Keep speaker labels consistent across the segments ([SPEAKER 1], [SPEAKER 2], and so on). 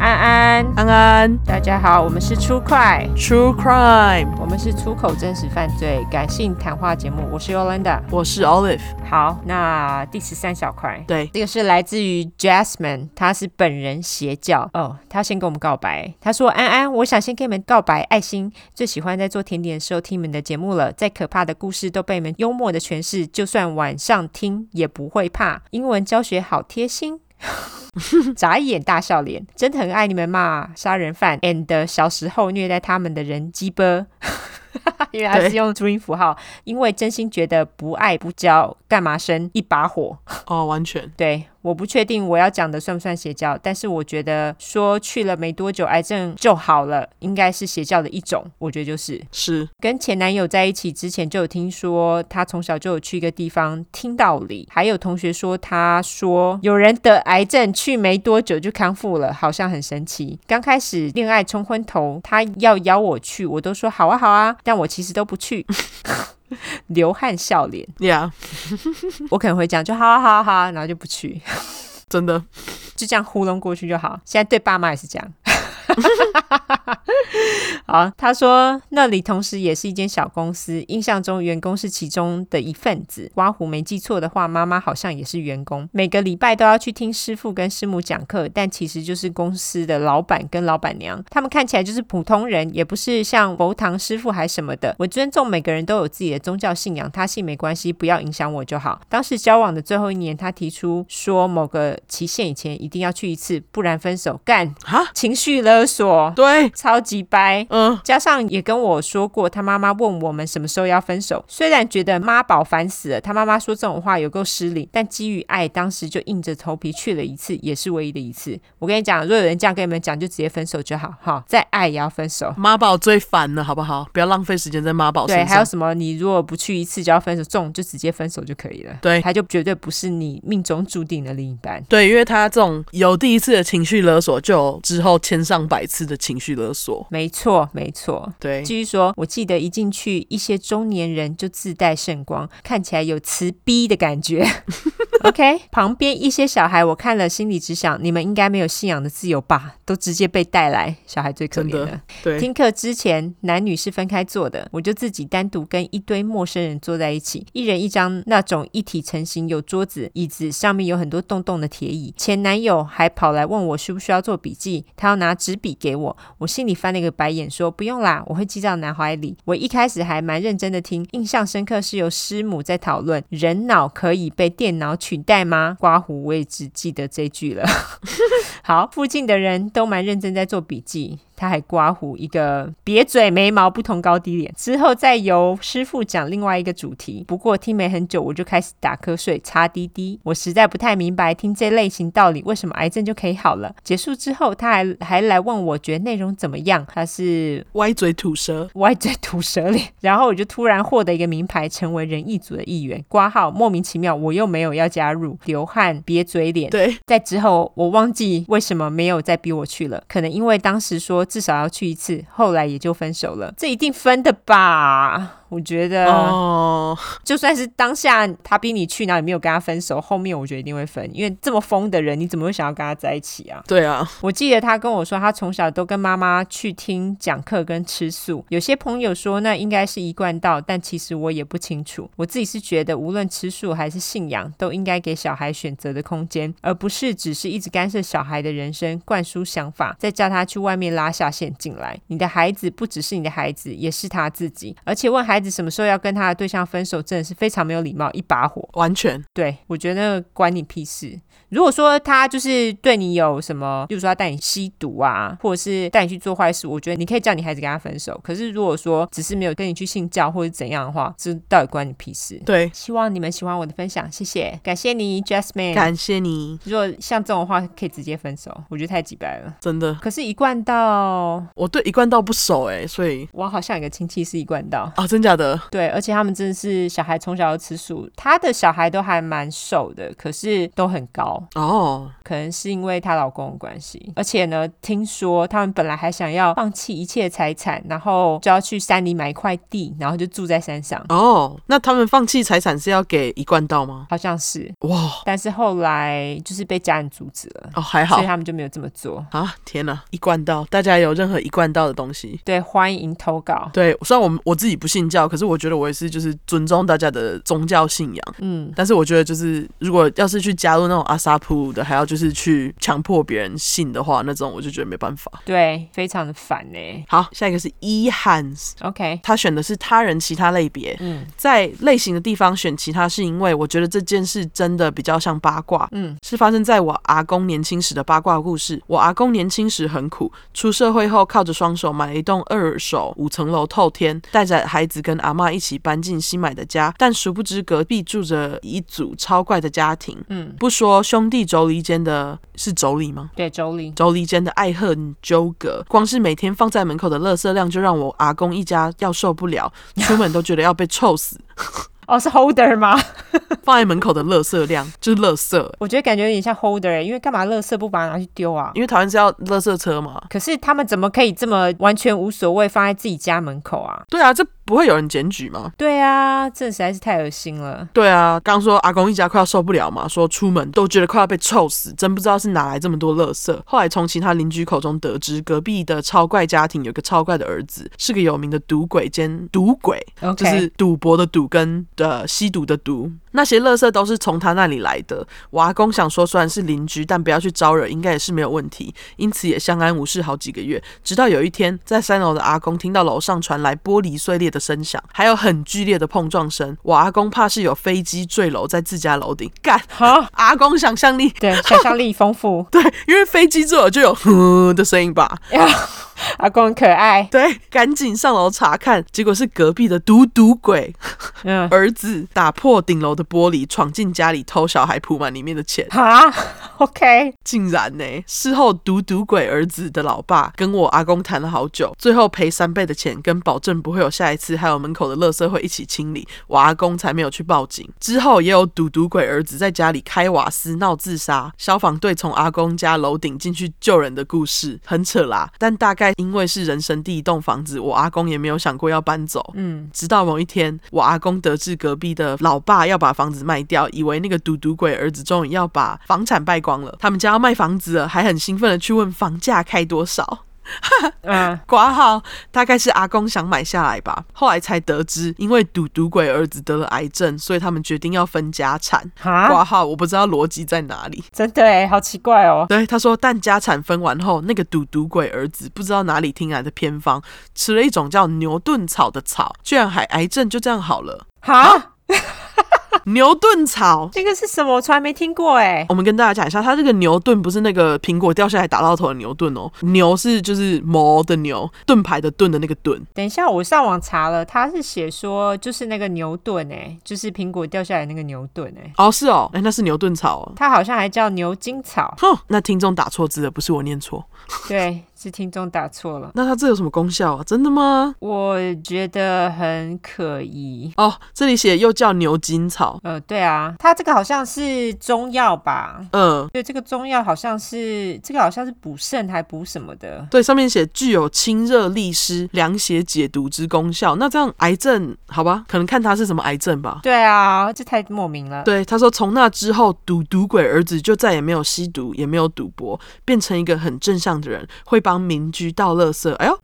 [SPEAKER 1] 安，
[SPEAKER 2] 安安
[SPEAKER 1] 大家好，我们是出快，
[SPEAKER 2] ，True Crime，
[SPEAKER 1] 我们是出口真实犯罪感性谈话节目，我是 Yolanda。
[SPEAKER 2] 我是 Olive，
[SPEAKER 1] 好，那第十三小块，
[SPEAKER 2] 对，
[SPEAKER 1] 这个是来自于 Jasmine，她是本人邪教哦。她先跟我们告白，她说：“安安，我想先跟你们告白，爱心最喜欢在做甜点的时候听你们的节目了，再可怕的故事都被你们幽默的诠释，就算晚上听也不会怕。英文教学好贴心。” 眨眼大笑脸，真的很爱你们嘛！杀人犯 and 小时候虐待他们的人鸡巴， 因为他
[SPEAKER 2] 对
[SPEAKER 1] 是用注音符号，因为真心觉得不爱不教，干嘛生一把火？
[SPEAKER 2] 哦，完全，
[SPEAKER 1] 对，我不确定我要讲的算不算邪教，但是我觉得说去了没多久癌症就好了，应该是邪教的一种，我觉得就是。
[SPEAKER 2] 是
[SPEAKER 1] 跟前男友在一起之前就有听说，他从小就有去一个地方听道理，还有同学说，他说有人得癌症去没多久就康复了，好像很神奇。刚开始恋爱冲昏头，他要邀我去，我都说好啊好啊，但我其实都不去，流汗笑脸。
[SPEAKER 2] ，Yeah，
[SPEAKER 1] 我可能会讲就好啊好啊好啊，然后就不去。
[SPEAKER 2] 真的，
[SPEAKER 1] 就这样糊弄过去就好。现在对爸妈也是这样。好，他说那里同时也是一间小公司，印象中员工是其中的一份子。刮胡没记错的话，妈妈好像也是员工，每个礼拜都要去听师傅跟师母讲课，但其实就是公司的老板跟老板娘，他们看起来就是普通人，也不是像佛堂师傅还什么的。我尊重每个人都有自己的宗教信仰，他信没关系，不要影响我就好。当时交往的最后一年，他提出说某个期限以前一定要去一次，不然分手。干
[SPEAKER 2] 哈，
[SPEAKER 1] 情绪勒索，
[SPEAKER 2] 对，
[SPEAKER 1] 超级掰。
[SPEAKER 2] 嗯，
[SPEAKER 1] 加上也跟我说过，他妈妈问我们什么时候要分手。虽然觉得妈宝烦死了，他妈妈说这种话有够失礼，但基于爱，当时就硬着头皮去了一次，也是唯一的一次。我跟你讲，如果有人这样跟你们讲，就直接分手就好哈，再爱也要分手。
[SPEAKER 2] 妈宝最烦了，好不好？不要浪费时间在妈宝
[SPEAKER 1] 对，
[SPEAKER 2] 身
[SPEAKER 1] 还有
[SPEAKER 2] 上，
[SPEAKER 1] 什么？你如果不去一次就要分手，这种就直接分手就可以了。
[SPEAKER 2] 对
[SPEAKER 1] 他就绝对不是你命中注定的另一半。
[SPEAKER 2] 对，因为他这种有第一次的情绪勒索，就有之后千上百次的情绪勒索，
[SPEAKER 1] 没错，没错。
[SPEAKER 2] 对，
[SPEAKER 1] 继续说，我记得一进去，一些中年人就自带圣光，看起来有慈逼的感觉。OK，旁边一些小孩，我看了心里只想，你们应该没有信仰的自由吧？都直接被带来，小孩最可怜
[SPEAKER 2] 真
[SPEAKER 1] 了
[SPEAKER 2] 的。对，
[SPEAKER 1] 听课之前，男女是分开坐的，我就自己单独跟一堆陌生人坐在一起，一人一张那种一体成型，有桌子、椅子，上面有很多洞洞的铁椅。前男友还跑来问我需不需要做笔记，他要拿纸笔给我，我心里翻了个白眼，说不用啦，我会记到脑海里。我一开始还蛮认真的听，印象深刻是由师母在讨论人脑可以被电脑取代吗？刮胡我也只记得这句了。好，附近的人都蛮认真在做笔记。他还刮胡一个瘪嘴眉毛不同高低脸，之后再由师傅讲另外一个主题。不过听没很久，我就开始打瞌睡、擦滴滴。我实在不太明白听这类型道理，为什么癌症就可以好了？结束之后，他还还来问我觉得内容怎么样。他是
[SPEAKER 2] 歪嘴吐舌，
[SPEAKER 1] 歪嘴吐舌脸， 然后我就突然获得一个名牌，成为仁义组的一员。挂号莫名其妙，我又没有要加入，流汗、瘪嘴脸，
[SPEAKER 2] 对，
[SPEAKER 1] 在之后，我忘记为什么没有再逼我去了，可能因为当时说至少要去一次，后来也就分手了。这一定分的吧？我觉得，
[SPEAKER 2] 哦，
[SPEAKER 1] 就算是当下他逼你去，然后你没有跟他分手，后面我觉得一定会分，因为这么疯的人，你怎么会想要跟他在一起啊？
[SPEAKER 2] 对啊，
[SPEAKER 1] 我记得他跟我说，他从小都跟妈妈去听讲课跟吃素。有些朋友说那应该是一贯道，但其实我也不清楚。我自己是觉得，无论吃素还是信仰，都应该给小孩选择的空间，而不是只是一直干涉小孩的人生、灌输想法，再叫他去外面拉下线进来。你的孩子不只是你的孩子，也是他自己。而且问孩子什么时候要跟他的对象分手，真的是非常没有礼貌，一把火。
[SPEAKER 2] 完全，
[SPEAKER 1] 对，我觉得那个关你屁事。如果说他就是对你有什么，比如说他带你吸毒啊，或者是带你去做坏事，我觉得你可以叫你孩子跟他分手。可是如果说只是没有跟你去信教或者怎样的话，这到底关你屁事？
[SPEAKER 2] 对，
[SPEAKER 1] 希望你们喜欢我的分享，谢谢，感谢你，Jasmine。
[SPEAKER 2] 感谢你，
[SPEAKER 1] 如果像这种的话，可以直接分手，我觉得太鸡掰了。
[SPEAKER 2] 真的，
[SPEAKER 1] 可是，一贯到
[SPEAKER 2] 我对一贯道不熟哎、所以
[SPEAKER 1] 我好像有个亲戚是一贯道，
[SPEAKER 2] 啊，真假的？
[SPEAKER 1] 对，而且他们真的是小孩从小就吃素，她的小孩都还蛮瘦的，可是都很高，
[SPEAKER 2] 哦，
[SPEAKER 1] 可能是因为她老公的关系。而且呢，听说他们本来还想要放弃一切财产，然后就要去山里买一块地，然后就住在山上，
[SPEAKER 2] 哦，那他们放弃财产是要给一贯道吗？
[SPEAKER 1] 好像是。
[SPEAKER 2] 哇，
[SPEAKER 1] 但是后来就是被家人阻止了，
[SPEAKER 2] 哦，还好
[SPEAKER 1] 所以他们就没有这么做。
[SPEAKER 2] 啊！天哪，一贯道，大家有任何一贯道的东西？
[SPEAKER 1] 对，欢迎投稿。
[SPEAKER 2] 对，虽然我们我自己不信教，可是我觉得我也是就是尊重大家的宗教信仰。
[SPEAKER 1] 嗯，
[SPEAKER 2] 但是我觉得就是如果要是去加入那种阿萨普的，还要就是去强迫别人信的话，那种我就觉得没办法。
[SPEAKER 1] 对，非常的烦呢、
[SPEAKER 2] 好，下一个是伊汉斯，
[SPEAKER 1] OK，
[SPEAKER 2] 他选的是他人其他类别，
[SPEAKER 1] 嗯
[SPEAKER 2] 在类型的地方选其他，是因为我觉得这件事真的比较像八卦，
[SPEAKER 1] 嗯，
[SPEAKER 2] 是发生在我阿公年轻时的八卦故事。我阿公年轻时很苦，出社会后靠着双手买了一栋二手五层楼透天，带着孩子跟阿嬷一起搬进新买的家，但殊不知隔壁住着一组超怪的家庭。
[SPEAKER 1] 嗯，
[SPEAKER 2] 不说兄弟妯娌间的是妯娌吗？
[SPEAKER 1] 对，周丽，
[SPEAKER 2] 妯娌间的爱恨纠葛，光是每天放在门口的垃圾量就让我阿公一家要受不了，出门都觉得要被臭死。
[SPEAKER 1] 哦，是 Holder 吗？
[SPEAKER 2] 放在门口的垃圾量就是垃圾，欸
[SPEAKER 1] 我觉得感觉有点像 Holder，、欸、因为干嘛垃圾不把它拿去丢啊？
[SPEAKER 2] 因为台湾是要垃圾车嘛。
[SPEAKER 1] 可是他们怎么可以这么完全无所谓放在自己家门口啊？
[SPEAKER 2] 对啊，这不会有人检举吗？
[SPEAKER 1] 对啊，这实在是太恶心了。
[SPEAKER 2] 对啊，刚说阿公一家快要受不了嘛，说出门都觉得快要被臭死，真不知道是哪来这么多垃圾。后来从其他邻居口中得知，隔壁的超怪家庭有个超怪的儿子，是个有名的赌鬼兼赌鬼，
[SPEAKER 1] OK，
[SPEAKER 2] 哦就是赌博的赌跟的吸毒的毒，那些垃圾都是从他那里来的。我阿公想说，虽然是邻居，但不要去招惹，应该也是没有问题，因此也相安无事好几个月。直到有一天，在三楼的阿公听到楼上传来玻璃碎裂的声响，还有很剧烈的碰撞声。我阿公怕是有飞机坠楼在自家楼顶，干！
[SPEAKER 1] 好，
[SPEAKER 2] 阿公想象力
[SPEAKER 1] 对，想象力丰富
[SPEAKER 2] ，对，因为飞机坠楼就有哼的声音吧。
[SPEAKER 1] 阿公很可爱，
[SPEAKER 2] 对，赶紧上楼查看，结果是隔壁的赌赌鬼
[SPEAKER 1] 嗯，
[SPEAKER 2] 儿子打破顶楼的玻璃，闯进家里偷小孩铺满里面的钱，
[SPEAKER 1] 哈，OK，
[SPEAKER 2] 竟然呢！事后赌赌鬼儿子的老爸跟我阿公谈了好久，最后赔三倍的钱，跟保证不会有下一次，还有门口的垃圾会一起清理，我阿公才没有去报警。之后也有赌赌鬼儿子在家里开瓦斯闹自杀，消防队从阿公家楼顶进去救人的故事，很扯啦。但大概因为是人生第一栋房子，我阿公也没有想过要搬走，
[SPEAKER 1] 嗯，
[SPEAKER 2] 直到某一天，我阿公得知隔壁的老爸要把房子卖掉，以为那个赌赌鬼儿子终于要把房产败光了，他们家要卖房子了，还很兴奋的去问房价开多少。
[SPEAKER 1] 嗯，
[SPEAKER 2] 挂号大概是阿公想买下来吧，后来才得知，因为赌赌鬼儿子得了癌症，所以他们决定要分家产。
[SPEAKER 1] 哈，
[SPEAKER 2] 挂号我不知道逻辑在哪里。
[SPEAKER 1] 真的哎，好奇怪哦，
[SPEAKER 2] 对，他说，但家产分完后，那个赌赌鬼儿子不知道哪里听来的偏方，吃了一种叫牛顿草的草，居然还癌症就这样好了。
[SPEAKER 1] 哈，
[SPEAKER 2] 牛顿草。
[SPEAKER 1] 这个是什么？我从来没听过哎，
[SPEAKER 2] 我们跟大家讲一下，它这个牛顿不是那个苹果掉下来打到头的牛顿哦，牛是就是毛的牛，盾牌的盾的那个盾。
[SPEAKER 1] 等一下，我上网查了，他是写说就是那个牛顿哎，就是苹果掉下来那个牛顿哎，
[SPEAKER 2] 哦，是哦，哎，那是牛顿草哦。，
[SPEAKER 1] 他好像还叫牛筋草
[SPEAKER 2] 哼，那听众打错字了，不是我念错。
[SPEAKER 1] 对，是听众打错了。
[SPEAKER 2] 那它这有什么功效啊？真的吗？
[SPEAKER 1] 我觉得很可疑。
[SPEAKER 2] 哦，这里写又叫牛筋草。
[SPEAKER 1] 呃，对啊，它这个好像是中药吧？
[SPEAKER 2] 嗯，
[SPEAKER 1] 对，这个中药好像是这个好像是补肾还补什么的。
[SPEAKER 2] 对，上面写具有清热利湿、凉血解毒之功效。那这样癌症好吧，可能看它是什么癌症吧。
[SPEAKER 1] 对啊，这太莫名了。
[SPEAKER 2] 对，他说从那之后，赌赌鬼儿子就再也没有吸毒，也没有赌博，变成一个很正向的人，会帮邻居倒垃圾，哎呦，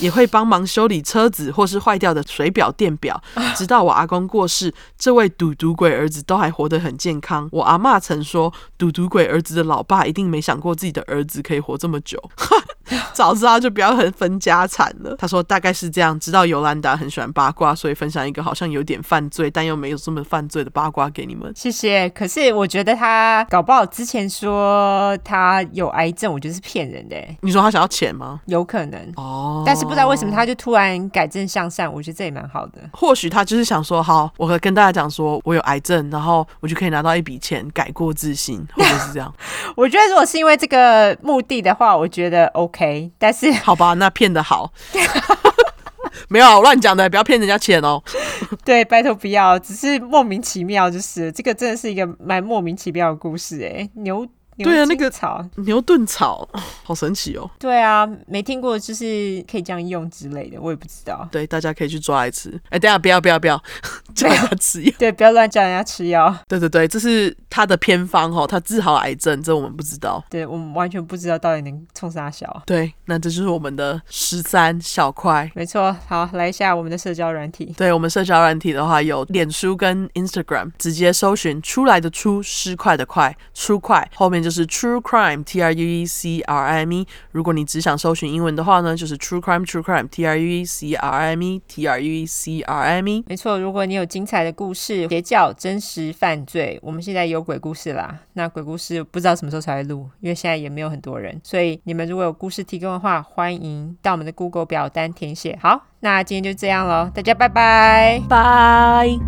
[SPEAKER 2] 也会帮忙修理车子或是坏掉的水表、电表。直到我阿公过世，这位赌赌鬼儿子都还活得很健康。我阿嬷曾说，赌赌鬼儿子的老爸一定没想过自己的儿子可以活这么久。 早知道就不要很分家产了。他说大概是这样，直到尤兰达很喜欢八卦，所以分享一个好像有点犯罪，但又没有这么犯罪的八卦给你们。
[SPEAKER 1] 谢谢。可是我觉得他搞不好之前说他有癌症，我觉得是骗人的欸，
[SPEAKER 2] 你说他想要钱吗？
[SPEAKER 1] 有可能。
[SPEAKER 2] 哦，
[SPEAKER 1] 但是不知道为什么他就突然改正向善，我觉得这也蛮好的。
[SPEAKER 2] 或许他就是想说，好，我跟大家讲说我有癌症，然后我就可以拿到一笔钱，改过自新，或者是这样，
[SPEAKER 1] 我觉得如果是因为这个目的的话，我觉得 OK。但是
[SPEAKER 2] 好吧？那骗得好。没有啊，我乱讲的，不要骗人家钱哦。
[SPEAKER 1] 对，拜托不要，只是莫名其妙，就是这个真的是一个蛮莫名其妙的故事哎，牛。牛
[SPEAKER 2] 对啊那
[SPEAKER 1] 筋
[SPEAKER 2] 个
[SPEAKER 1] 草，
[SPEAKER 2] 牛顿草，好神奇哦。
[SPEAKER 1] 对啊，没听过，就是可以这样用之类的，我也不知道。
[SPEAKER 2] 对，大家可以去抓来吃。哎、等一下不要不要不 要，叫他吃药。
[SPEAKER 1] 对，不要乱叫人家吃药。
[SPEAKER 2] 对对对，这是他的偏方哦，他治好癌症，这我们不知道。
[SPEAKER 1] 对我们完全不知道到底能冲啥小。
[SPEAKER 2] 对，那这就是我们的十三小块。
[SPEAKER 1] 没错，好，来一下我们的社交软体。
[SPEAKER 2] 对我们社交软体的话，有脸书跟 Instagram，直接搜寻“出来的出”，失快的快，出快，后面就是 True Crime，T R U E C R I M E。如果你只想搜寻英文的话呢，就是 True Crime，True Crime，T R U E C R I M E，T R U E C R I M E。
[SPEAKER 1] 没错，如果你有精彩的故事、邪教、真实犯罪，我们现在有鬼故事啦。那鬼故事不知道什么时候才会录，因为现在也没有很多人，所以你们如果有故事提供的话，欢迎到我们的 Google 表单填写。好，那今天就这样喽，大家拜拜。
[SPEAKER 2] 拜。